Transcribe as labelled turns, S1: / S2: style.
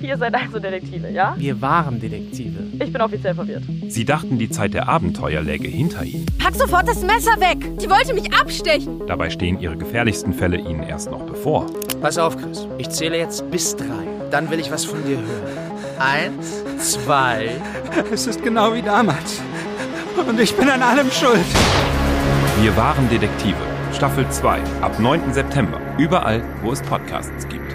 S1: Ihr seid also Detektive, ja?
S2: Wir waren Detektive.
S1: Ich bin offiziell verwirrt.
S3: Sie dachten, die Zeit der Abenteuer läge hinter ihnen.
S4: Pack sofort das Messer weg! Die wollte mich abstechen!
S3: Dabei stehen ihre gefährlichsten Fälle ihnen erst noch bevor.
S5: Pass auf, Chris. Ich zähle jetzt bis drei. Dann will ich was von dir hören. Eins, zwei.
S6: Es ist genau wie damals. Und ich bin an allem schuld.
S3: Wir waren Detektive. Staffel 2 ab 9. September. Überall, wo es Podcasts gibt.